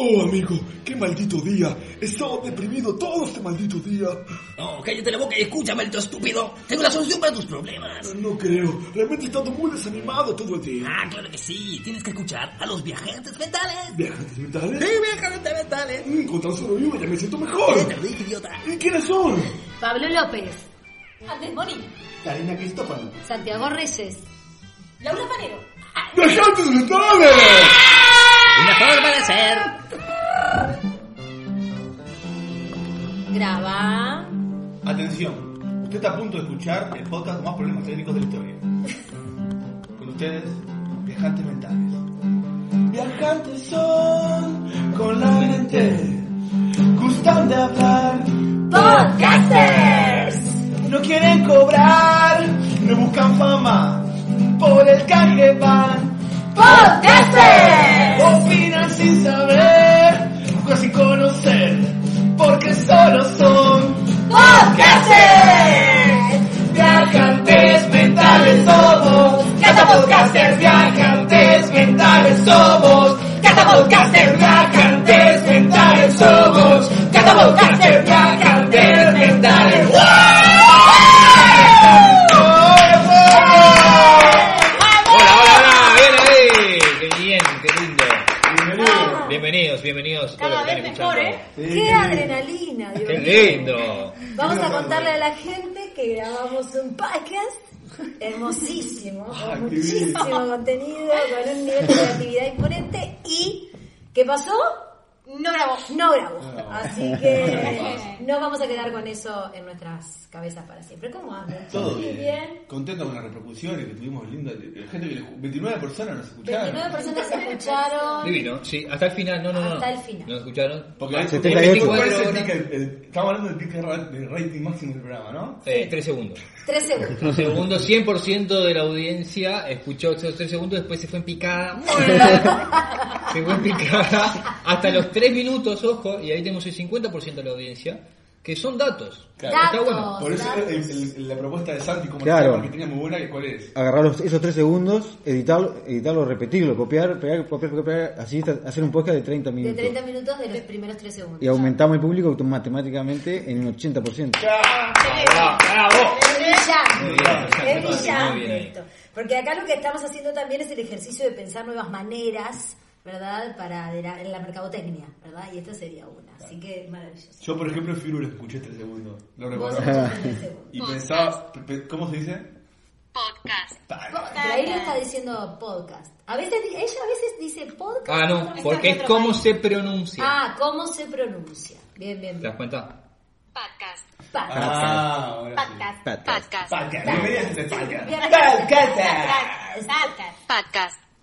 Oh, amigo, qué maldito día. He estado deprimido todo este maldito día. No, cállate la boca y escúchame, alto estúpido. Tengo la solución para tus problemas. No creo. Realmente he estado muy desanimado todo el día. Ah, claro que sí. Tienes que escuchar a los viajantes mentales. ¿Viajantes mentales? Sí, viajantes mentales. ¿eh? Mm, con tan solo uno ya me siento mejor. Ya Te lo dije, idiota. ¿Y quiénes son? Pablo López. Andrés Bonín. Karina Cristófano. Santiago Reyes. Laura Panero. ¡Viajantes mentales! Una forma de ser. Graba. Atención, usted está a punto de escuchar el podcast con más problemas técnicos de la historia. Con ustedes, viajantes mentales. Viajantes son con la mente, gustan de hablar, ¡Podcasters! no quieren cobrar, no buscan fama, por el canje van, ¡Podcasters! opinan sin saber, o sin conocer, porque solo son ¡Podcasters! Viajantes mentales somos, Catapodcasters, viajantes mentales somos, Catapodcasters, viajantes mentales somos, Catapodcasters, viajantes mentales. Hola, hola, hola, bien ahí. Qué bien, qué lindo. Bienvenidos, bienvenidos. todos los Cada que vez están mejor, ¿eh? Sí. ¡Qué adrenalina! Dios Qué mío! lindo. Vamos a contarle a la gente que grabamos un podcast hermosísimo, con Ah, qué bien. muchísimo contenido, con un nivel de creatividad imponente y ¿qué pasó? No grabó. No grabó. Ah, Así que no vamos a quedar con eso en nuestras cabezas para siempre. ¿Cómo andan? Todo ¿Sí, bien. Contento con las repercusiones que tuvimos linda. la gente que le- 29 personas nos escucharon. 29 personas se escucharon. Divino, sí, hasta el final, no, no, no. Hasta el final. ¿No escucharon? Porque ¿eh? Ah, hay- 78. ¿cuál es el ticket? El- Estamos hablando del ticket ra- de rating máximo del programa, ¿no? Eh, tres segundos. 3 segundos. Tres segundos, 100% de la audiencia escuchó esos tres segundos, después se fue en picada. se fue en picada hasta los tres minutos, ojo, y ahí tenemos el 50% de la audiencia, que son datos. Está Datos. bueno. Por eso Claro. el- el- la propuesta de Santi como Claro. que tenía muy buena, ¿cuál es? agarrar los- esos tres segundos, editarlo, editarlo, repetirlo, copiar, pegar, copiar, copiar, así hasta hacer un podcast de 30 De minutos. 30 minutos de los primeros 3 Y segundos. aumentamos el público autom- matemáticamente en un 80%. Es brillante. Muy bien, Es muy bien, muy bien brillante ahí. esto. Porque acá lo que estamos haciendo también es el ejercicio de pensar nuevas maneras, ¿verdad? Para de la, en la mercadotecnia, ¿verdad? Y esta sería una. Así que maravilloso. Yo, por ejemplo, Firu lo escuché este segundo. Lo Vos recuerdo. escuchaste el segundo. Y pensaba, pe- pe- ¿cómo se dice? Podcast. Pero ahí lo está diciendo podcast. A veces, ella a veces dice podcast. Ah, no, porque es cómo se pronuncia. Ah, ¿cómo se pronuncia? Bien, bien, ¿Te bien. das cuenta? Podcast. Podcast. Ah, ahora sí. Podcast. Podcast. Podcast. Podcast. Bienvenidas a este podcast. Bien. Podcast.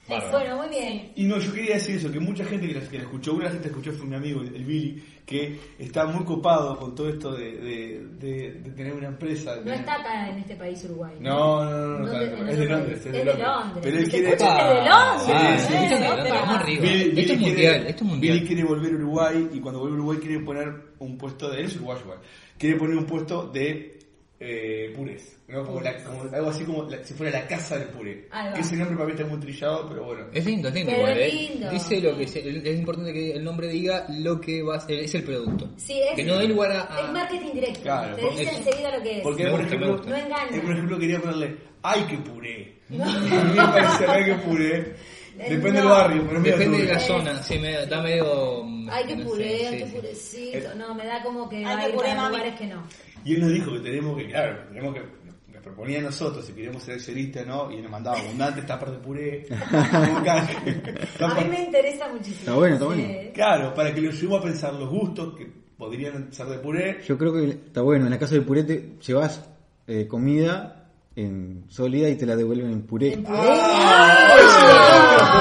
Podcast. Bueno, muy bien. Y no, yo quería decir eso, que mucha gente que la, que la escuchó, una gente que escuchó fue mi amigo, el, el Billy, que está muy copado con todo esto de, de, de- de tener una empresa. de No tener- está acá en este país Uruguay. No, no, no, no, No, está- de- no, es de no, Londres, es es de de Londres. Londres. Pero él Se quiere... escucha Ah, desde Londres. Sí, sí, esto es de Opa. Londres, vamos arriba. Billy- Billy esto es quiere- mundial, esto es mundial. Billy quiere volver a Uruguay y cuando vuelve a Uruguay quiere poner un puesto de... Él es uruguayo igual. Quiere poner un puesto de eh, purés, ¿no? Como la- como- algo así como la- si fuera la casa del puré. Ahí va. Que ese nombre para mí está muy trillado, pero bueno. Es lindo, es lindo Pero igual, es ¿eh? lindo. Dice lo que se- el- es importante que el nombre diga lo que va a ser, es el producto. Sí, es, que no dé lugar a, es marketing directo. Claro, Te porque- dice enseguida lo que es. Porque, Me por gusta, me ejemplo, gusta. No engaña. Yo, por ejemplo, quería ponerle, ¡ay, que puré! A mí me parece, ¡ay, que puré! Depende No. del barrio, pero mira depende tú. de la zona, sí, me da medio mm, Hay que no sé, puré, hay sí, que sí. purecito. Eh, No, me da como que hay que hay puré, para mami. lugares que no. Y él nos dijo que tenemos que, claro, que tenemos que, nos proponía a nosotros si queríamos ser accionistas, ¿no? Y nos mandaba abundante tapas de puré, como canje. A mí me Tapas- interesa muchísimo. Está bueno, está Sí. bueno. Claro, para que lo llevemos a pensar los gustos que podrían ser de puré. Yo creo que está bueno, en la casa del puré te llevas eh, comida en sólida y te la devuelven en puré. En puré. ¡Ah!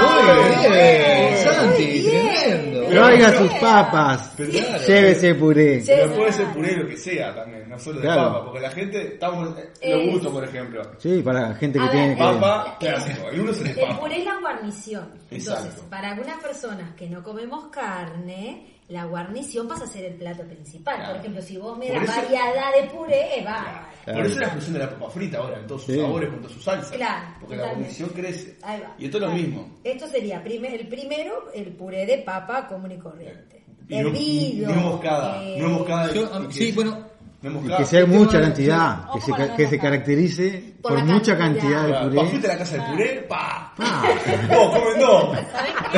Muy bien, Muy Santi, bien. tremendo. Pero- Traiga sus papas. Pero- Llévese puré. Sí. Pero puede ser puré lo que sea también, no solo de Claro. papa, porque la gente, estamos, Eh, lo gusto por ejemplo, Sí, para la gente que A tiene ver, que. papa, clásico, el uno se le El papa. puré es la guarnición. Entonces, Exacto. para algunas personas que no comemos carne, la guarnición pasa a ser el plato principal. Claro. Por ejemplo, si vos me Por das eso- variedad de puré, eh, va. Por eso la explosión de la papa frita ahora, en todos sus Sí. sabores, con todas sus salsas. Claro, porque la totalmente. condición crece. Ahí va. Y esto es lo Claro. mismo. Esto sería primer- el primero, el puré de papa común y corriente. Y no, Hervido. no moscada, eh, no moscada. Yo, a- y que- sí, bueno, No Y moscada. que sea el tema mucha de- cantidad, que Ojo se, con ca- la que se boca. caracterice Por por, la cantidad. mucha cantidad de Claro, pa, fuiste puré. a la casa de puré, pa. Oh, Ah, Vos, comen dos.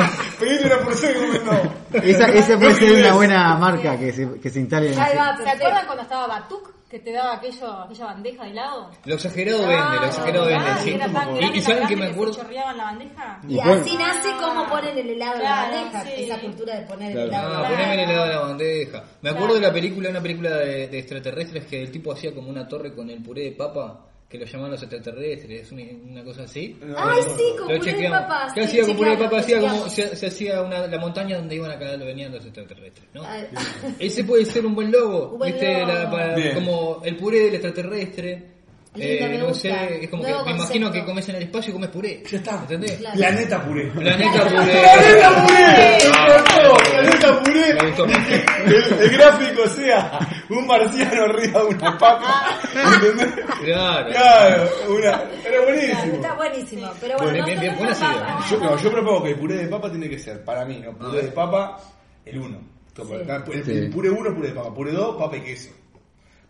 Pedite una porción y comen dos. esa, esa puede No ser una olvides. buena marca que se, que se instale en Ahí va, ¿Se perfecto. acuerdan cuando estaba Batuk? Que te daba aquello, aquella bandeja de helado. lo exagerado vende, lo exagerado vende. Ah, sí. era tan Y- grande, Y, tan saben que grande me Se acuerdo. chorreaba en la bandeja. Y, Y bueno. así nace como ponen el helado Claro, en la bandeja, sí. esa cultura de poner el Claro. helado. en la Ah, bandeja. poneme el helado de la bandeja. Me acuerdo de la película, una película de, de extraterrestres que el tipo hacía como una torre con el puré de papa que lo llamaban los extraterrestres, una, una cosa así. Ay, sí, con Lo puré de chequeamos. papa. ¿Qué sí, hacía con puré de chequeamos, papa? Hacía como, chequeamos. se, se hacía una, la montaña donde iban a caer, venían los extraterrestres, ¿no? Ah, Ese puede ser un buen logo, Un buen ¿viste? logo. La- para- Bien. como el puré del extraterrestre. Lindo, me eh, no gusta. sé, es como que Nuevo me concepto. imagino que comes en el espacio y comes puré. Ya está. ¿Entendés? Claro. Planeta puré. Planeta puré. ¡Planeta puré! Me encantó, ¡Planeta Me puré! gustó mucho. El, el gráfico sea un marciano arriba de una Ah. papa. ¿Entendés? Claro. Claro, una. Era Claro, Está buenísimo. buenísimo, pero bueno, Bueno, bien, bien, nosotros buenas la ideas. papa. Yo, no, yo propongo que el puré de papa tiene que ser, para mí, ¿no? Puré de papa, el 1. Sí. Puré 1, puré de papa. Puré 2, papa y queso.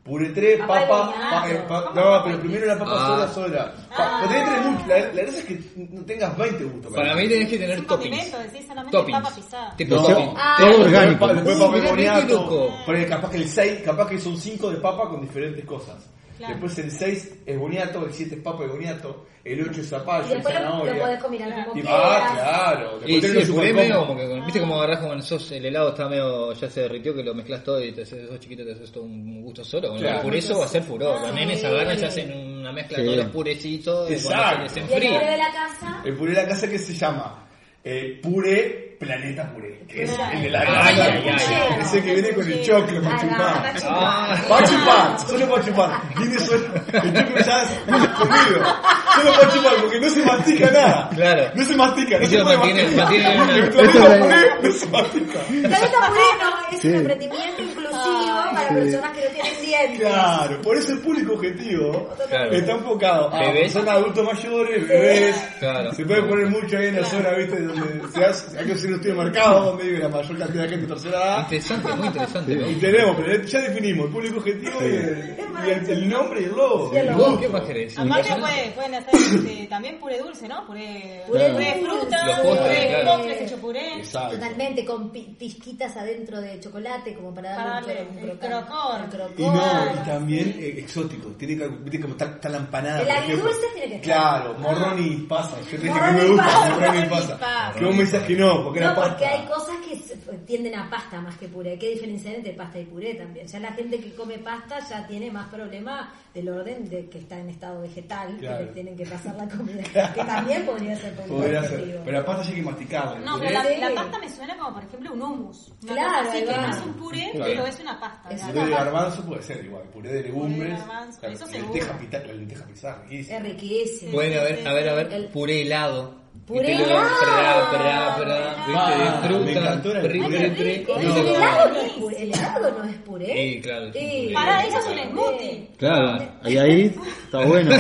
Puré 3, Papá papa. y pa- eh, pa- boniato. no, pero primero la papa Ah. sola, sola. Pa- porque tenés tres gustos, la, la verdad es que no tengas 20 gustos. Para mí tenés que tener Sin toppings. condimento, decís solamente papa Toppings. pisada. Tipo No. topping. Ah, todo Después orgánico. pa- Después Uh, papa y mirá qué boniato. loco. Ponele capaz que el 6, capaz que son 5 de papa con diferentes cosas. Claro. Después el 6 es boniato, el 7 es papa y boniato, el 8 es Y zapallo, el después lo- lo, zanahoria. podés combinar como Y- quieras. ah, claro. Y Después sí, tenés el el puré medio supercombo. como que, viste como agarrás como el, sos, el helado está medio, ya se derritió que lo mezclas todo y te haces dos chiquitos te haces todo un gusto solo. Bueno, Claro. por eso va a ser furor. Los nenes Sí. agarran y hacen una mezcla de Sí. todos los purecitos y cuando se Exacto. les Y el puré de enfría. la casa. El puré de la casa que se llama eh, Puré Planeta Puré, que es el de la Ay, casa. ay, ay. Ese que viene con el choclo, para Ahí va, chupar. está chupado. Ah, Para chupar, solo para chupar. Viene solo. El choclo ya es comido. Solo para chupar, porque no se mastica nada. Claro. No se mastica, no Eso se puede mantiene- masticar. mantiene una- El planeta Puré Eso no se mastica. Planeta Moreno es Sí. un emprendimiento inclusivo para personas que no tienen dientes. Ah, Claro, por eso el público objetivo Claro. está enfocado a Bebés. personas adultos mayores, bebés. Claro. Se puede poner mucho ahí en la zona, ¿viste? Donde se hace, hay que hacer un estudio marcado donde vive la mayor cantidad de gente de tercera edad. Interesante, muy interesante. Y ¿no? tenemos, pero ya definimos el público objetivo y el, y el- el nombre y el logo. Sí, el ¿Vos qué más querés? Aparte puede- pueden hacer este, también puré dulce, ¿no? Puré, Puré puré de dulce. Los fruta, postres, puré de claro. postres hecho puré. Exacto. Totalmente, con pi- pizquitas adentro de chocolate, como para darle, Para darle un, el crocante, crocor. un crocor. Y no, y también eh, exótico, tiene que, viste como está, está la empanada. El por ejemplo. agridulce tiene que estar. Claro, morrón y pasa. Yo te dije que Morrón me y gusta pasa, morrón y morrón y pasa. pasa. Que vos me decías que no, porque No, era pasta. porque hay cosas que se- tienden a pasta más que puré. Qué diferencia hay entre pasta y puré también. Ya la gente que come pasta ya tiene más problema del orden de que está en estado vegetal, que Claro. le tienen que pasar la comida. Que también podría ser por un Podría objetivo. ser. Pero la pasta sí hay que masticarla. No, ¿entendés? pero Sí. la, la pasta me suena como, por ejemplo, un hummus. Una Claro, cosa así ahí que va. no es un puré, Claro. pero es una pasta. Es ¿verdad? Puré de garbanzo puede ser igual, puré de legumbres, garbanzo, la eso lenteja seguro. pita- la lenteja pisada, riquísima. Es riquísimo. Bueno, a ver, a ver, a ver. El- Puré helado. Puré Y te lo- helado. perá, perá, perá, Ah, ¿viste? me De encantó fruta, el puré, puré. puré. El, y luego- helado no es puré. El helado no es puré. Sí, claro, es un Sí. puré. Para eso es un smoothie. Claro, y ahí está bueno.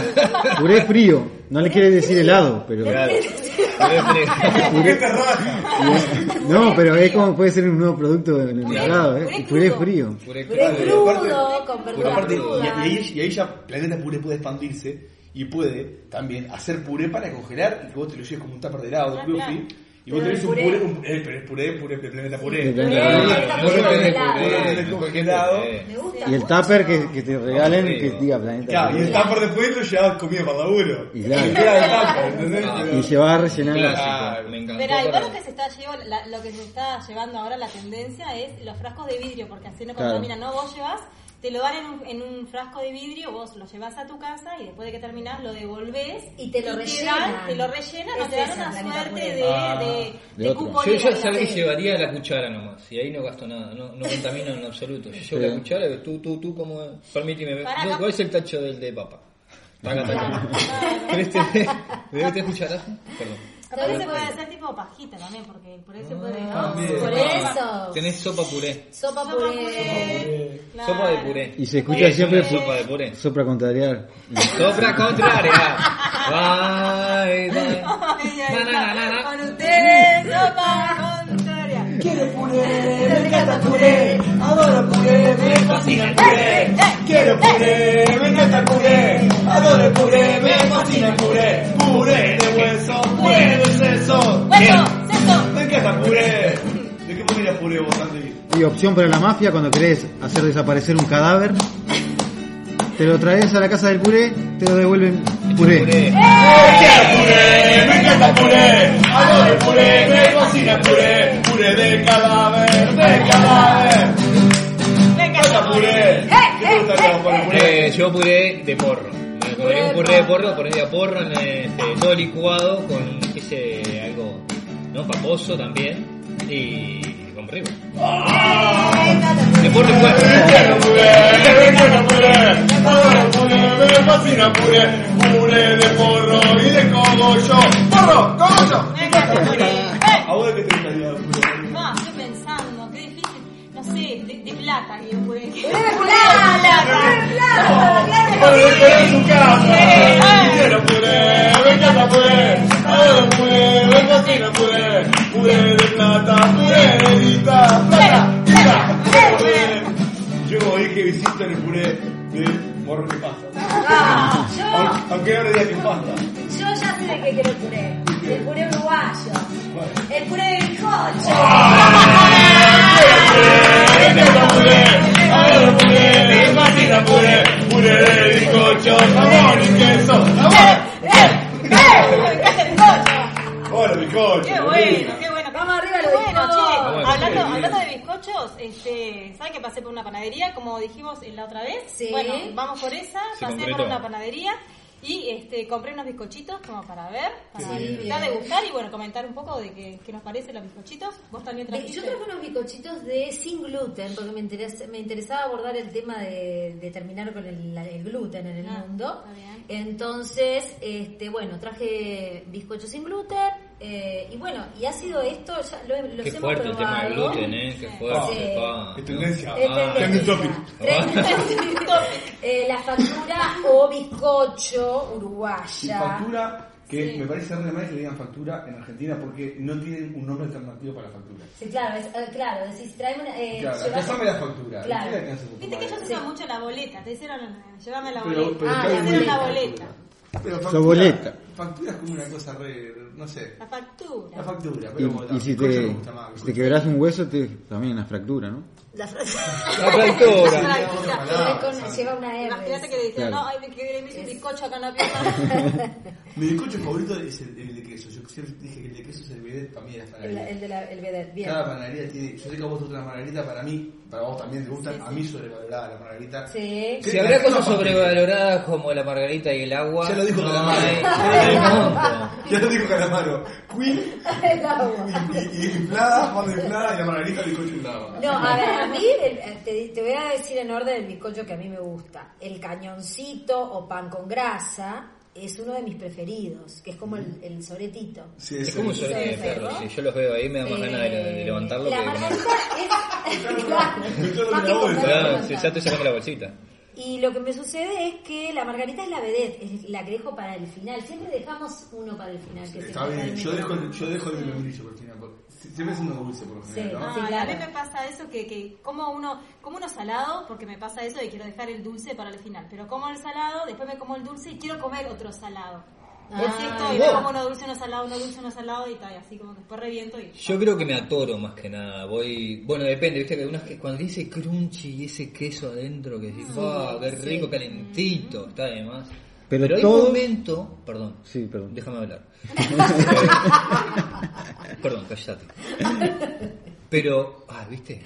Puré frío, no le quiere decir helado, pero. Claro. Puré, puré. ¿Qué te raja? No, pero es como puede ser un nuevo producto en el Puré- mercado, ¿eh? puré Puré crudo. frío. Puré Puré Claro, crudo, aparte- con Pero verdura aparte, y, cruda. y ahí, y ahí ya Planeta Puré puede expandirse y puede también hacer puré para congelar y que vos te lo lleves como un tupper de helado, Ah, un claro. fluffy, y vos Pero tenés el un puré- puré, un, eh, pero es puré, puré, de Planeta Puré. De Planeta Ah, Puré. claro. Puré, puré, eh. Puré puré. congelado. Me gusta. Y el mucho. tupper que, que te regalen Frío. que diga planeta. Claro, y el Frío. tupper después lo llevas comido para laburo. Y Y claro. queda el tupper, ¿entendés? Ah, Pero- Y se va a rellenar Clásico. Me encantó. Pero igual lo para- que se está llevo- la- lo que se está llevando ahora la tendencia es los frascos de vidrio, porque así no Claro. contaminan, no vos llevas Te lo dan en un, en un frasco de vidrio, vos lo llevas a tu casa y después de que terminás lo devolvés Y te lo rellenan. dan- Te, lo rellenan, no Es te dan esa, una Planeta suerte Puré. de, Ah, de, de de otro. cupo Yo ya libre. sabés que llevaría la cuchara nomás, y ahí no gasto nada, no, no contamino en absoluto. Yo llevo la cuchara, tú, tú, tú, como. Permíteme ver. Pará, No, no. ¿Cuál es el tacho del de papa? Taca, taca. ¿Querés te- ¿Debes te cucharazo? Perdón. Capaz que se puede hacer tipo pajita también, porque por ahí se puede... Ah, también. Por eso. Tenés sopa puré. Sopa Sopa puré. puré. Claro. Sopa de puré. pues. Y se escucha siempre Una sopa de puré. sopra contrariar. Sopra contraria. Bye, bye. Ay, ay, Na, na, na, na, na. Con ustedes, sopa contraria. Quiero puré, me encanta puré, adoro puré, me fascina el puré. Quiero puré, me encanta el puré, adoro el puré, me fascina el puré. Puré de hueso, puré de seso. Bueno, Celso, Me encanta el puré. ¿De qué pondrías puré vos, Andy? Y opción para la mafia cuando querés hacer desaparecer un cadáver. Te lo traes a la casa del puré, te lo devuelven puré. Puré. puré, me encanta el puré, adoro el puré, me fascina el puré. Puré de cadáver, de cadáver. me Me encanta encanta el puré. Eh, ¿Qué te gustaría con el puré? Eh, yo puré de porro. Me comería un puré de porro, pondría porro en este, todo licuado con ese algo no paposo también y con rico. De porro y Quiero cuerpo. puré, me encanta puré, adoro puré, me fascina puré, puré de porro y de cogollo, porro, cogollo. Me encanta el puré. Eh, ¿A vos de qué te gustaría puré? No, estoy pensando, qué difícil. No sé, de, de plata, digo, puré. ¡Puré de plata! Para decorar su casa. Quiero puré, me encanta puré, adoro puré, me fascina puré, puré de plata, puré de guita, plata, guita, puré. Yo hoy que visito el puré de morro que pasa, Ah, yo, aunque ahora diga que pasa. yo ya sé de qué quiero el puré. El puré uruguayo. El puré de bizcocho. Puré de bizcocho, jamón y queso. ¡Jamón! Me encanta Este el bizcocho. ¡Hola, bizcocho! Qué bueno, qué bueno. Vamos arriba los Bueno, bizcochos. che, hablando, hablando de bizcochos, este, ¿saben que pasé por una panadería? Como dijimos eh, la otra vez. Sí. Bueno, vamos por esa. Se Pasé por concretó. una panadería y este, compré unos bizcochitos como para ver, para Sí. disfrutar, degustar y bueno, comentar un poco de qué, qué nos parecen los bizcochitos. Vos también De- trajiste. Yo traje unos bizcochitos de sin gluten, porque me, interes- me interesaba abordar el tema de, de terminar con el, la- el gluten en el Ah, mundo. está bien. Entonces, este, bueno, traje bizcochos sin gluten. eh, y bueno, y ha sido esto, ya lo, he- los Qué hemos fuerte el tema del probado. gluten, eh. Qué Sí. fuerte. pa. Qué tendencia. Es Ah. tendencia. Trending topic. Trending topic. Eh, la factura o bizcocho Y uruguaya. factura, que me parece re mal que le digan factura en Argentina porque no tienen un nombre alternativo para factura. Sí, claro, es- eh, claro, decís, traeme una... eh, Claro, llevas- déjame la factura. Claro. ¿Qué le alcanza tu Viste que ellos madre? usan mucho la boleta, te hicieron, llévame la Pero- boleta. pero Ah, acá la hay hicieron la mucha boleta. factura. Pero factura, boleta. Factura es como una cosa re, no sé. La factura. La factura, pero bueno, Y, y si, bizcocho me te, gusta más, si te quebrás un hueso, te, también una fractura, ¿no? La frase... La factura. La factura. Ah, con- lleva una R. Imagínate que le dicen, Claro. no, ay, me quedé me hice un bizcocho acá en la pierna. Mi bizcocho favorito es el, el de queso. Yo siempre dije que el de queso es el bidet para mí de las El, panaderías. el de la, el vedette, bien. Cada panadería tiene. Yo sé que a vos te gustan las margaritas, para mí, para vos también te gustan. A mí sobrevalorada la margarita. Sí. Si habrá cosas sobrevaloradas como la margarita y el agua, Ya lo dijo no Calamaro. hay- no hay monto. Ya lo dijo Calamaro. Queen El agua. y, y inflada, más inflada y la margarita de bizcocho inflada. No, a ver, a mí, el- eh, te, te voy a decir en orden el bizcocho que a mí me gusta. El cañoncito o pan con grasa es uno de mis preferidos, que es como el, el sobretito. Sí, Es es como un el- sorbete de Sí, perro. sí. Si yo los veo ahí, me da más Eh, ganas de, de La levantarlo que de comer. margarita es... claro, Escuchalo más en que la bolsa. comerlo, Claro, si ya estoy sacando la bolsita. Y lo que me sucede es que la margarita es la vedette, es la que dejo para el final. Siempre dejamos uno para el final. que Está siempre bien, yo termina. dejo, el- yo dejo el membrillo por final. porque Siempre es uno dulce por lo general, Sí. ¿no? Sí, Ah, claro. A mí me pasa eso que, que como uno como uno salado, porque me pasa eso de quiero dejar el dulce para el final, pero como el salado, después me como el dulce y quiero comer otro salado. Y así Ah, estoy, bien. me como uno dulce, uno salado, uno dulce, uno salado y tal, y así como que después reviento y... Yo creo que me atoro más que nada. Voy. Bueno, depende, viste que algunas que cuando dice crunchy y ese queso adentro que decís, ¡ah, qué rico, calentito! Está además. Pero hay todo- momento. Perdón. Sí, perdón. Déjame hablar. perdón, cállate. Pero. Ah, ¿viste?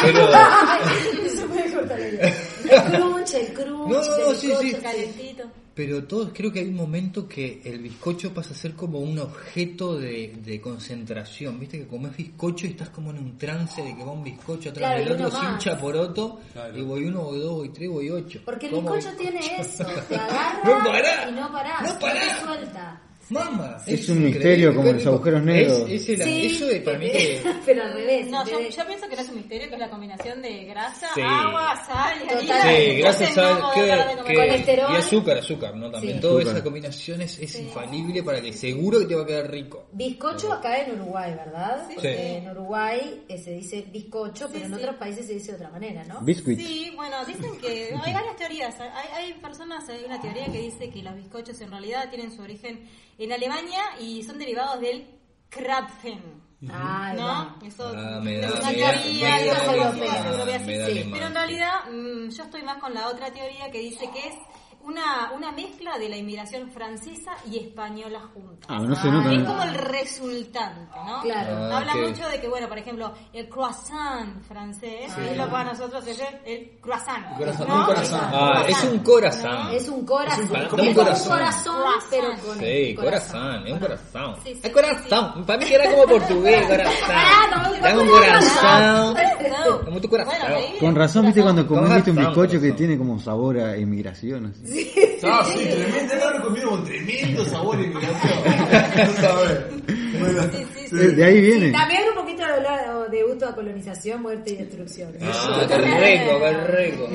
Pero. Ay, es un gusta la idea. El crunch, el crunch, No, no, no, el sí, bizcocho sí. calentito. Pero todos creo que hay un momento que el bizcocho pasa a ser como un objeto de, de concentración. Viste que comes bizcocho y estás como en un trance de que va un bizcocho atrás Claro, y del otro, uno sin más. chaporoto, y voy uno, voy dos, voy tres, voy ocho. Porque el Como- bizcocho tiene eso, te agarra No pará. y no parás, No pará. te suelta. Mamba, Es un misterio como los agujeros negros. Es, es el- Eso de, para mí que... pero al revés. No, yo, entonces- yo pienso que no es un misterio, que es la combinación de grasa, Sí. agua, sal y harina. Total. Sí, gracias Entonces no a podés que, parar de comer. que- Colesterol. y azúcar, azúcar, ¿no? También Sí. toda Azúcar. esa combinación es, es infalible para que seguro que te va a quedar rico. Bizcocho acá en Uruguay, ¿verdad? Sí. Porque Sí. en Uruguay eh, se dice bizcocho, Sí, pero en sí. otros países se dice de otra manera, ¿no? Biscuit. Sí, bueno, dicen que hay varias teorías. Hay, hay personas, hay una teoría que dice que los bizcochos en realidad tienen su origen en Alemania y son derivados del Krapfen. Ah, ¿No? Eso Ah, me da- es una me da- teoría, me yo da soy alemán. europea, soy europea, Me sí, da sí. alemán, Pero en sí. realidad mm, yo estoy más con la otra teoría que dice que es una, una mezcla de la inmigración francesa y española juntas. Ah, no se nota. Es ¿no? como el resultante, ¿no? Claro. Ah, Habla ok. mucho de que, bueno, por ejemplo, el croissant francés, Sí. es lo que para nosotros es el- el croissant. Croissant, ¿no? un croissant. Ah, es un corazón. Es un corazón. Es un- Es como un un corazón. corazón, pero con Sí, el corazón, ¿eh? es un corazón. Sí, sí, Ay, corazón. Para mí que era como portugués, Ah, no, corazón. Dame un no, no, corazón. No. Como tu corazón. Bueno, ahí- Con razón, viste cuando Con comés viste un razón, bizcocho con que razón. tiene como sabor a emigración. así. No, Ah, sí, tremendo. Yo lo comido con tremendo sabor y Ah, migración. No sabe. Bueno, Sí, sí, sí. De de ahí viene. También un poquito de olor de gusto a colonización, muerte y destrucción. Ah, qué rico, qué rico.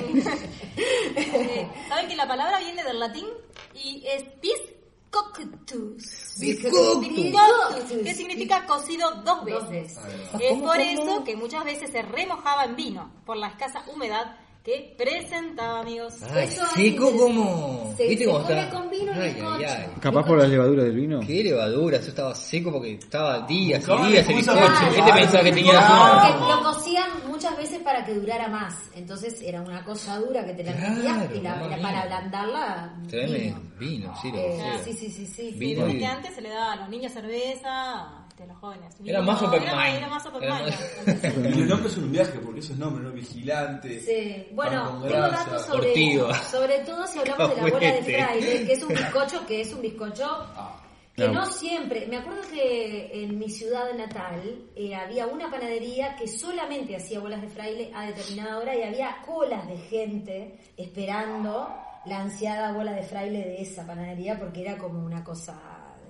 Eh, ¿Saben que la palabra viene del latín? Y es biscoctus. Biscoctus. Que significa cocido dos Dos veces. veces. Es por eso que muchas veces se remojaba en vino, por la escasa humedad que presentaba, amigos. Ay, Eso es seco interesante. como... Se- ¿Viste se cómo pone está? con vino y Ay, ay, bizcocho. ay. Capaz por las levaduras del vino. Qué levadura, eso estaba seco porque estaba días Claro, y días el excusa, bizcocho. claro. Este pensaba que tenía Claro. azúcar. Porque lo cocían muchas veces para que durara más. Entonces era una cosa dura que te la Claro, metías y la- mamá la- para mía. ablandarla. Tremendo. vino. Vino, sí, lo Eh, conocía. sí, sí, sí, sí. sí. Vino Porque y- antes se le daba a los niños cerveza, este, a los jóvenes. Era vino. más open mind. Era más open Era mind. más- Sí. Y los nombres son un viaje, porque esos nombres, ¿no? Vigilante. Sí. pan Bueno, con tengo grasa. datos sobre, Ortiga. sobre todo si hablamos de la bola de Cahuete. fraile, que es un bizcocho, que es un bizcocho Ah, que No. no siempre. Me acuerdo que en mi ciudad natal eh, había una panadería que solamente hacía bolas de fraile a determinada hora y había colas de gente esperando la ansiada bola de fraile de esa panadería porque era como una cosa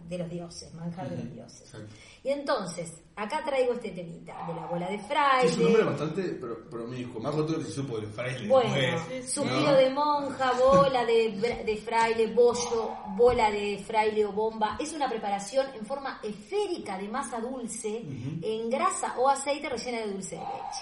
de los dioses, manjar de los dioses. Y entonces, acá traigo este temita de la bola de fraile. Es un nombre bastante pro- promiscuo. Más otro que se supo del fraile. Bueno, después, suspiro de monja, bola de, bra- de fraile, bollo, bola de fraile o bomba. Es una preparación en forma esférica de masa dulce, en grasa o aceite rellena de dulce de leche.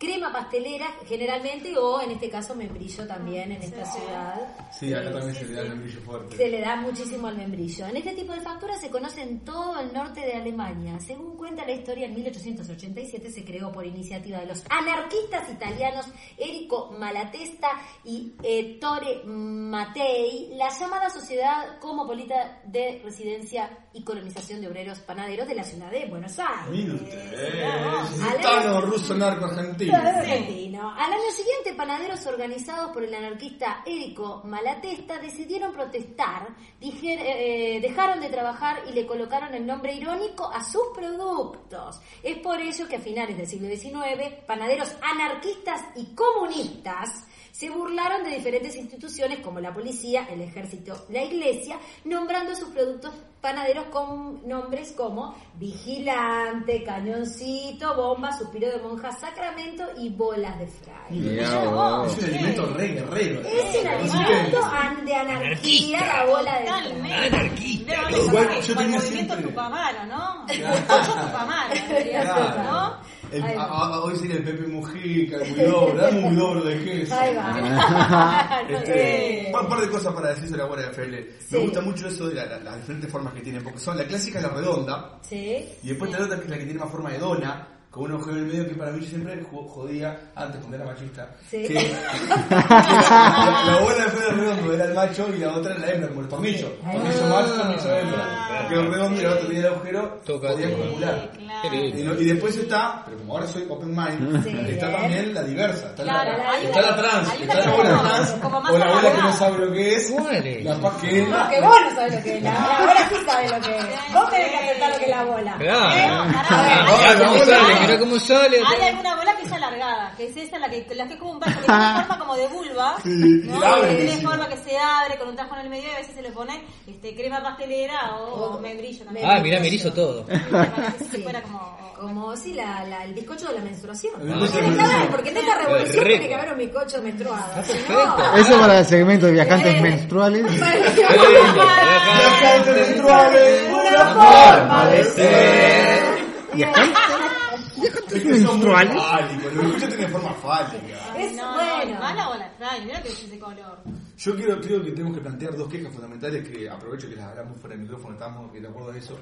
Crema pastelera generalmente o en este caso membrillo también en esta ciudad. Sí, acá Eh, también sí, se le da el membrillo fuerte. se le da muchísimo al membrillo. En este tipo de facturas se conoce en todo el norte de Alemania. Según cuenta la historia, en 1887 se creó por iniciativa de los anarquistas italianos Enrico Malatesta y Ettore Mattei la llamada Sociedad Cosmopolita de Residencia y Colonización de Obreros Panaderos de la ciudad de Buenos Aires. Miren ustedes, Ale- gitano ruso narco argentino. Argentino. Al año siguiente, panaderos organizados por el anarquista Érico Malatesta decidieron protestar, dijer- eh, dejaron de trabajar y le colocaron el nombre irónico a sus productos. Es por ello que a finales del siglo XIX, panaderos anarquistas y comunistas se burlaron de diferentes instituciones como la policía, el ejército, la iglesia, nombrando sus productos panaderos con nombres como vigilante, cañoncito, bomba, suspiro de monja, sacramento y bolas de fraile. Mirá Es vos. un alimento re guerrero. Es el alimento an- de anarquía, la bola de fraile. Totalmente. Pero vamos a Igual yo ver, con el tenía movimiento siempre- Tupamaro, ¿no? El bizcocho Tupamaro, en realidad, Claro. ¿no? El- Ahí va. a- a- hoy sería el Pepe Mujica, el Mudobro, dame un Mudobro de queso. Ahí va. Ah, Este, Sí. un par de cosas para decir sobre la Guardia de Fraile. Sí. Me gusta mucho eso de la- la- las diferentes formas que tienen, porque son la clásica es la redonda, Sí. y después la otra que es la que tiene más forma de dona, con un agujero en el medio que para mí siempre jo- jodía antes cuando era machista. Sí. Que- la, la abuela de Pedro Redondo era el macho y la otra era la hembra, como el tomillo. Tomillo macho, tomillo hembra. Que el redondo y la otra tenía el agujero, Toca- podía calcular. Claro. Qué Y, lindo. no- y después está, pero como ahora soy open mind, Sí, está bien. también la diversa. Está Claro, la, hay está una- la trans, hay una está que la es abuela como- trans, como más o la abuela que no alargada. sabe lo que es, ¿Cuál es? la paz que es. No, que vos no sabés lo que es la bola. Ahora sí sabés lo que es. Vos tenés que aceptar lo que es la bola. Claro. Pero, pará, A ver, Hola, Mirá cómo sale, hay- hola. mirá cómo sale. Hay alguna bola que es alargada, que es esa la que, la que es como un barco, que tiene Ah. una forma como de vulva, Sí, y ¿no? la abre Que tiene encima. forma que se abre con un tajo en el medio y a veces se le pone este, crema pastelera o, Oh. membrillo también. Ah, mirá, me hizo todo. Parece que Sí. fuera como... Como si la, la- el bizcocho de la menstruación. El bizcocho de la Tiene que menstruación. haber, porque en esta revolución Rico. tiene que haber un bizcocho menstruado. Si perfecto. no- Eso para el segmento de viajantes Eh. menstruales. Viajantes menstruales, una forma de ser. Es que son muy menstruales? fálicos, los bizcochos tienen forma fálica. Es no, bueno. No, mala o la extraña, mira que es ese color. Yo quiero, creo que tenemos que plantear dos quejas fundamentales que aprovecho que las hablamos fuera del micrófono, estamos de acuerdo de eso.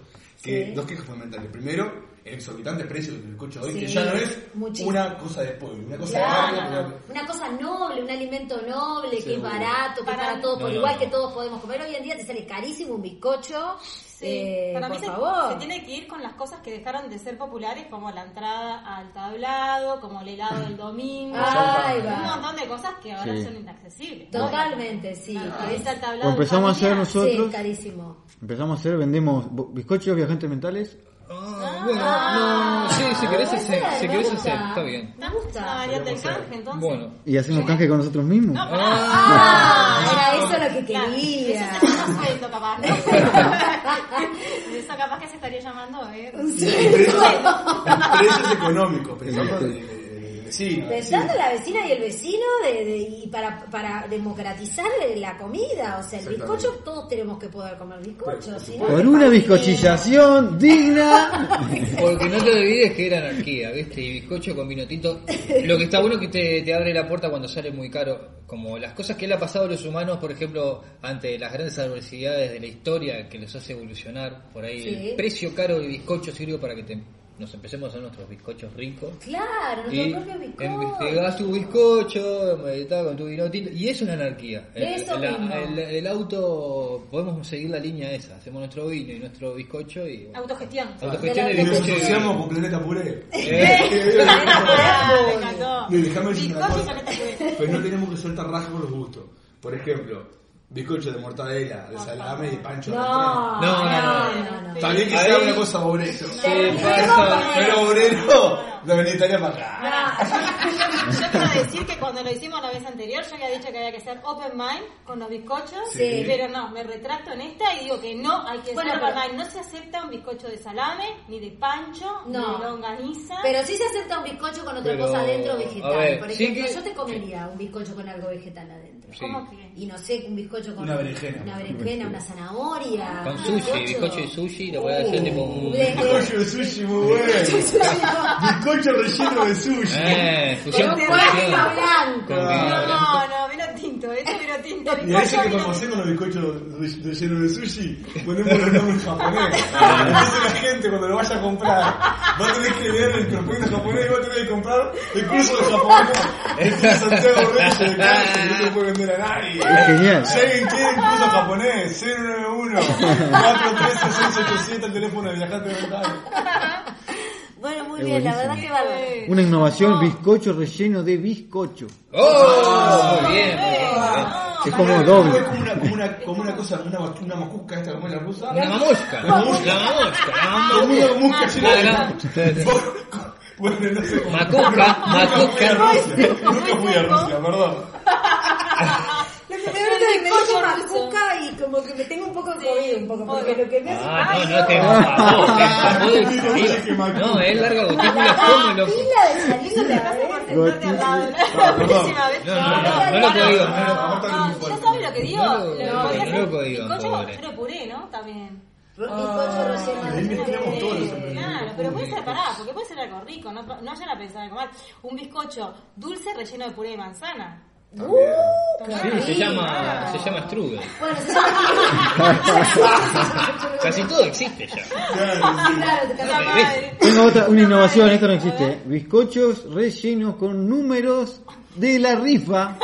Que Sí. Dos quejas fundamentales. Primero, el exorbitante precio del bizcocho de hoy, Sí, que ya no es muchísimo. una cosa de pueblo, una cosa de barrio, Claro, pero- una cosa noble, un alimento noble, que es Seguro. barato, que es para Para- todos por No, no, igual, no. que todos podemos comer. Hoy en día te sale carísimo un bizcocho, Sí, eh, para mí por se, favor. se tiene que ir con las cosas que dejaron de ser populares, como la entrada al tablado, como el helado del domingo, Ahí un va. montón de cosas que ahora Sí. son inaccesibles. Totalmente, sí. La entrevista al tablado O empezamos a familiar. hacer nosotros, Sí, carísimo. empezamos a hacer, vendemos bo- bizcochos, viajantes mentales. Ah, bueno, no, sí, si querés hacer, si querés hacer, está bien. Me gusta. Una variante del canje, entonces. Bueno. Y hacemos canje con nosotros mismos. Ah, era eso lo que Claro, quería. Eso se llama sueldo, capaz. eso capaz que se estaría llamando, ¿eh? Precios económicos, pensando en el vecino. Pensando en la vecina y el vecino de, de- y para, para democratizar la comida, o sea, el Exactamente. bizcocho, todos tenemos que poder comer bizcocho. si no, Por una bizcochización digna. Porque no te olvides que era anarquía, ¿viste? Y bizcocho con vino tinto. Lo que está bueno es que te, te abre la puerta cuando sale muy caro. Como las cosas que le ha pasado a los humanos, por ejemplo, ante las grandes adversidades de la historia que les hace evolucionar, por ahí Sí. el precio caro del bizcocho sirve para que te- nos empecemos a hacer nuestros bizcochos ricos. Claro, Y nuestro propio em- Te bizcocho. das tu bizcocho, meditás con tu vino tinto, y es una anarquía. El, Eso la- mismo. el- el auto, podemos seguir la línea esa, hacemos nuestro vino y nuestro bizcocho y... bueno. Autogestión. Autogestión De y la Nos bizcocho. asociamos con Planeta Puré. Me encantó. Y déjame decir una Bizcocho y cosa. soleta puede. Pero no tenemos que soltar rasgos por los gustos. Por ejemplo, bizcocho de mortadela, de salame y pancho de No, entrada. No, no, no, no. Está bien que sea una cosa obrero. ¿Qué pasa? Pero obrero, la venitaria para acá. Yo quiero decir que cuando lo hicimos la vez anterior, yo había dicho que había que ser open mind con los bizcochos, Sí. pero no, me retracto en esta y digo que no hay que Bueno, ser pero- open mind. No se acepta un bizcocho de salame, ni de pancho, No. ni de longaniza. Pero sí se acepta un bizcocho con otra Pero, cosa adentro a vegetal. ver, Por sí ejemplo, que- yo te comería un bizcocho con algo vegetal adentro. Sí. ¿Cómo que? Y no sé, un bizcocho con Una berenjena. Una berenjena, una zanahoria. Con un Uh, sushi, bizcocho y sushi, lo voy a hacer tipo un... De- Bizcocho de sushi muy bueno. Bizcocho relleno de sushi. Ah. Eh, Con fusión, un fusión. vino blanco. Con vino blanco. No, no, vino tinto, eso vino tinto. Y a eso bizcocho que vino- cuando hacemos los bizcochos re- rellenos de sushi, ponemos los nombres japonés. Entonces la gente cuando lo vaya a comprar, va a tener que leer el prospecto japonés y va a tener que comprar el curso de japonés. Este es Santiago Reyes de Cali, que no se puede vender a nadie. Genial. Lleguen, quieren curso japonés, 091 413 687 el teléfono de viajante mental. Bueno, muy Es bien, la buenísimo. verdad que va Una innovación, bizcocho relleno de bizcocho. ¡Oh! Muy bien, muy bien. Es como doble. Es como una, como una, como una cosa, una, una mamusca esta, como es la rusa. La mamusca, la mamusca, la Como mamusca. una mamusca llena de- Macuca, Bueno, no sé. Nunca fui a macuca. Rusia. Nunca fui a Rusia, perdón. Lo que me duele es que me dice macuca y como que me tengo un poco de COVID, un poco, porque lo que me hace Ah, Ay, no, no te va No, es No, es larga gotícula como la loco. pila de saliva ¿eh? Me la pasa por verdad. sentarte al lado, No, ¿no? Ah, perdón. Próxima No, vez. no, no, no lo digo. Aparte no lo- No, de mi yo cuerpo. sabes lo que digo. No, no, podría no, ser loco digo, bizcocho, pobre. pero puré, ¿no? También. Eh, Bizcocho Ahí relleno de- mezclamos todos los emprendimientos. Claro, pero puede ser pará, porque puede ser algo rico. No, no vayan a pensar en comer un bizcocho dulce relleno de puré de manzana. También. Sí, se llama, se llama Strudel. Uh, Bueno, se llama- Casi todo existe ya. Claro, sí. Claro, te La cambia. madre. Tengo otra, una La innovación, madre. esto no A existe. ver. ¿eh? Bizcochos rellenos con números de la rifa.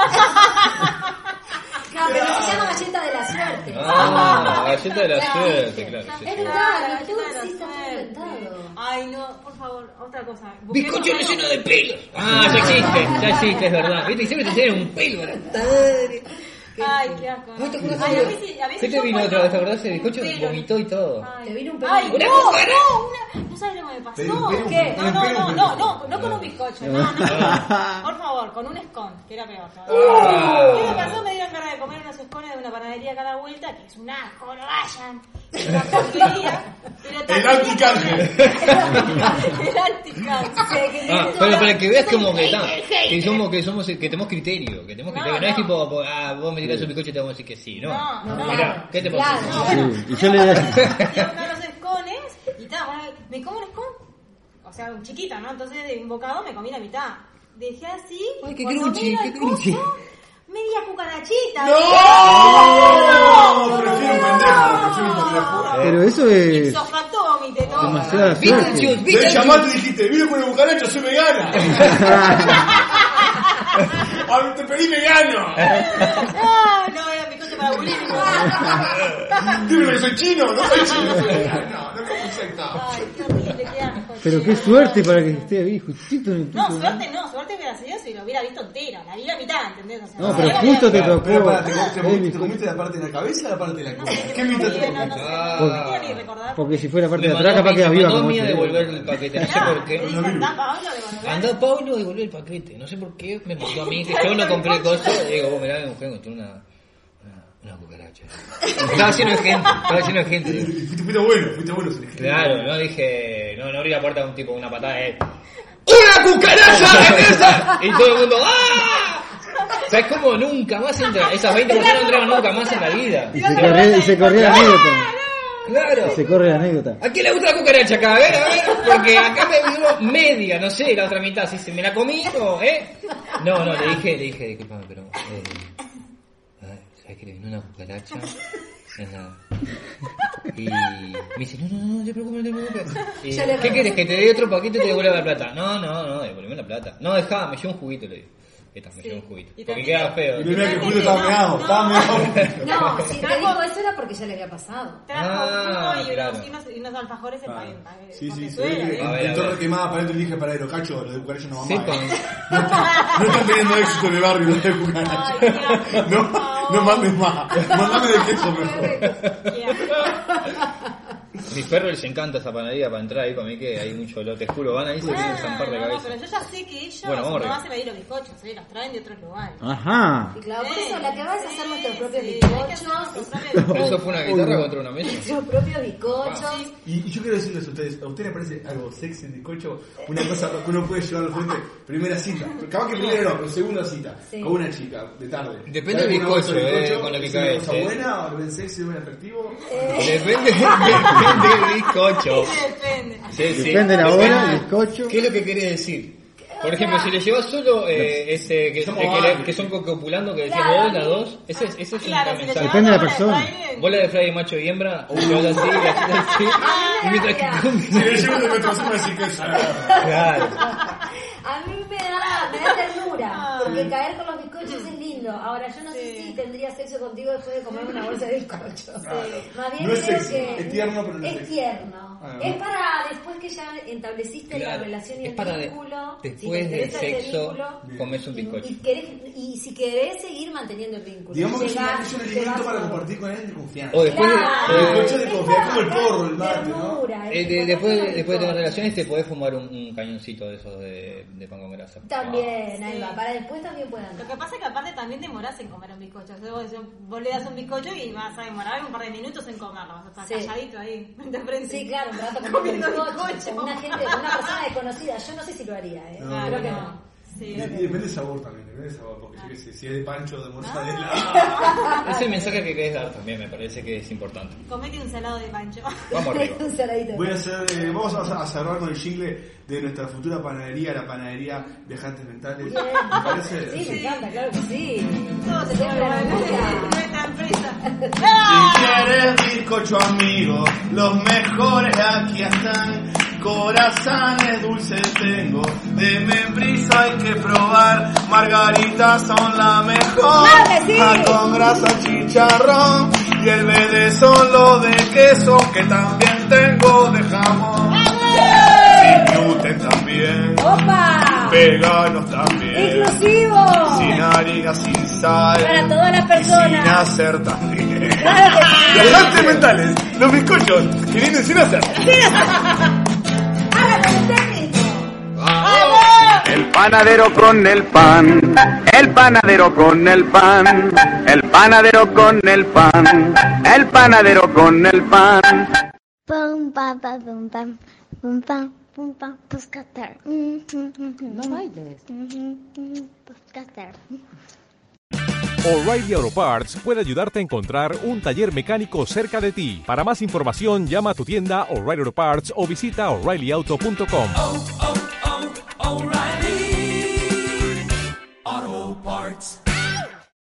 Claro, pero se llama galleta de la suerte. Ah, galleta de la Claro, suerte, viste. claro. sí, Es sí. verdad, Claro, tú claro, sí estás suerte. inventado. Ay, no, por favor, otra cosa. Busquemos Bizcocho algo. relleno de pelos. Ah, ya existe, ya existe, es verdad. Viste, siempre te tienen un pelo. Ay, qué asco. No te Ay, juro, a señor. veces- a veces ¿Qué te yo Este vino cuando- Ah, otra vez? ¿Te acordás? El un bizcocho pelo. vomitó y todo. Ay. Te vino un pelo. Ay, no, Una no, cucaracha. una... ¿No sabes lo que me pasó? Pero, pero, ¿Qué? No, no, no, no, no, no con un bizcocho. No, no, no. Por favor, con un scone, que era peor. todavía. ¿Qué me pasó? Me dieron ganas de comer unos scones de una panadería cada vuelta, que es un asco, no vayan. Es una porquería, pero también- El anticángel. El anticángel. Ah, pero para que veas Soy como que, ta, hater, que hater. somos que somos que tenemos criterio, que tenemos No, criterio, no, es no. tipo ah, vos me tirás un bizcocho y te vamos a decir que sí, no. No, no, Mirá, ¿qué te pasa? Claro. No, bueno, Sí, y yo le- a los escones y tal, bueno, me como un escon, o sea, un chiquito, ¿no? Entonces de un bocado me comí la mitad. Dejé así, Ay, qué cuando crunchy, miro qué el crunchy. coso, media cucarachita. ¡No! Prefiero un pendejo, prefiero un pendejo. Pero eso es Ipso facto vomité todo. demasiada suerte. Pikachu, Me Pikachu. llamaste y dijiste, vine con una cucaracha, soy vegana. Ah, te pedí vegano. Ah, no, era mi cosa para bulímico. Dime que soy chino, no soy chino, soy vegano. No como insecto. Ay, qué horrible, qué asco, Pero che, qué no. suerte para que esté ahí justito en el ¿eh? No, piso. suerte no, suerte hubiera sido si lo hubiera visto entero, la vi la mitad, ¿entendés? O sea, No, pero era justo medio- te tocó. Pero pará, ¿te, te- Eh, te bizcocho. comiste la parte de la cabeza o la parte de la No cola? sé, no ¿Qué mitad te sabía, no, no comiste? sé, Ah. no podía ni recordar. Porque si fuera parte Le de mandó atrás, capaz mi- quedas viva mandó a como este- mí a te- devolver el paquete, no sé por Te qué. dicen, "Anda, Pablo, devolvé". Andó Pablo a devolver el paquete, no sé por qué me mandó a mí, que yo no compré cosas, y digo, vos mirá, mi mujer encontró una, una, una cucaracha. Estaba lleno de gente, estaba lleno de gente. digo. Fuiste, fuiste bueno, fuiste bueno. Sergio. Claro, no dije, no, no abrí la puerta a un tipo con una patada, eh. ¡Una cucaracha en esa! Y todo el mundo, ¡ah! ¿Sabes cómo nunca más entra? Esas 20 personas no entraban nunca más en la vida. Y se corre, y se corre la anécdota. Claro. Se corre la anécdota. ¿A quién le gusta la cucaracha acá? A ver, a ver, porque acá me dio media, no sé, la otra mitad, si se me la comí o, ¿eh? No, no, le dije, le dije, disculpame, pero, eh, ay, ¿sabes que le vino una cucaracha? En la- Y me dice, no, no, no, no te preocupes, no te preocupes. Y, Ya le ¿Qué recuerdo. quieres? ¿Que te dé otro paquete y te devuelva la plata? No, no, no, devuelve la plata. No, dejá, me llevo un juguito, le digo. Esta, me Sí. llevo un juguito. Porque Y también- queda Y feo. mira que Julio estaba meado, estaba meado. No, si te Trajo- dijo eso era porque ya le había pasado. Trajo Ah, uno y claro. Ah, unos, y unos, y unos alfajores en paventa. eh, Sí, sí, sí. Pontezuela, A eh. ver, a En torre ver. quemada, para esto dije para cacho, lo de cucaracha no va ¿eh? Sí, mal. con- No están teniendo éxito en el barrio los de Ay, cucaracha. qué asco, No, por favor. no mandes más. Mandame de queso mejor. Qué asco. Mis perros les encanta esa panadería para entrar ahí para mí que hay mucho olor, te juro, van ahí y se quieren zampar la Ah, no, pero cabeza. yo ya sé que ellos Bueno, vamos no arriba. hacen ahí los bizcochos, eh, los traen de otros lugares. Ajá. Y claro, por Sí, eso la que vas a hacer sí, nuestros propios sí, hay que hacer nuestros bizcochos. propios Pero bizcochos. eso fue una guitarra contra una mesa. Nuestros propios bizcochos. Y, y yo quiero decirles a ustedes, ¿a ustedes les parece algo sexy el bizcocho? Una cosa que uno puede llevar al frente, primera cita. Capaz que primero no, pero segunda cita. Sí. Con una chica, de tarde. Depende ¿Sabes del cómo es el bizcocho, eh, con lo que ¿Es una cae, cosa eh. buena o lo ven sexy, lo ven atractivo? Eh, Depende, depende del bizcocho. Sí, depende. Sí, sí. Depende de la hora, el Depende. bizcocho. ¿Qué es lo que quiere decir? Por ejemplo, si le llevas solo eh, ese que, Somos eh, que, le- varios. que son copulando que decías Claro. vos, la dos, ese, es- ese es un Claro, si le mensaje. llevas Depende de la bola persona. fraile, Bola de Freddy macho y hembra, yo la así, la hacía así, y mientras que Si le llevo un demostración de psicosa. Claro. A mí me da, me da ternura, porque caer con los bizcochos es lindo. Ahora, yo no sé Sí. si tendría sexo contigo después de comerme una bolsa de bizcochos. Más bien No es creo sexy, que es tierno, pero no es es sexy. tierno. Ah. es para después que ya estableciste Claro. la relación y Es el para de- vínculo. si te después del interesa ese sexo, vínculo, comes un y, bizcocho. y querés- y si querés seguir manteniendo el vínculo. Digamos que es un- llegás- es un llegás alimento a- para compartir con él de confianza. O después, de- Claro. o El después- bizcocho de Es confianza, para como el porro, el mate, ¿no? ternura, es Eh, de- importante después, el después de tener bizcocho. relaciones te podés fumar un, un cañoncito de esos de, de pan con grasa. También, ahí Sí. va. Para después también puedan. Lo que pasa es que aparte también demorás en comer un bizcocho. O sea, vos, vos le das un bizcocho y vas a demorar un par de minutos en comerlo. Vas a estar Sí. calladito ahí, frente a frente. Sí, claro, un rato comiendo Comiendo bizcocho bizcocho. con una gente, con una persona desconocida. Yo no sé si lo haría, ¿eh? No, Creo que no. no. Sí. Y, y depende del sabor también, depende del sabor, Ah. porque yo qué sé, si es de pancho o de mortadela. Ah, Ese mensaje que querés dar también me parece que es importante. Comete un salado de pancho. Vamos arriba. Un saladito. Voy a hacer, eh, vamos a, a cerrar con el jingle de nuestra futura panadería, la panadería Viajantes Mentales. Bien. ¿Me parece? Sí, me encanta, claro que sí. Todo se Siempre puede, la música. Nuestra empresa. Si ¡Ah! quieres bizcocho amigo, los mejores aquí están. Corazones dulces tengo, de membrillo hay que probar. Margaritas son la mejor. ¡Claro que sí! Ah, Con grasa chicharrón y el verde son los de queso que también tengo de jamón. Sin gluten también, ¡Opa! veganos también. ¡Exclusivo! Sin harina, sin sal. Para todas las Sin personas. hacer también. Claro que sí. Viajantes mentales, los bizcochos, que vienen sin hacer. Hágalo usted mismo. El panadero con el pan, el panadero con el pan, el panadero con el pan, el panadero con el pan. Pum pam pam pum pam pum pam pum pam Mm-hmm. pescatar. No bailes. Mm-hmm. Pescatar. O'Reilly Auto Parts puede ayudarte a encontrar un taller mecánico cerca de ti. Para más información, llama a tu tienda O'Reilly Auto Parts o visita oreillyauto.com.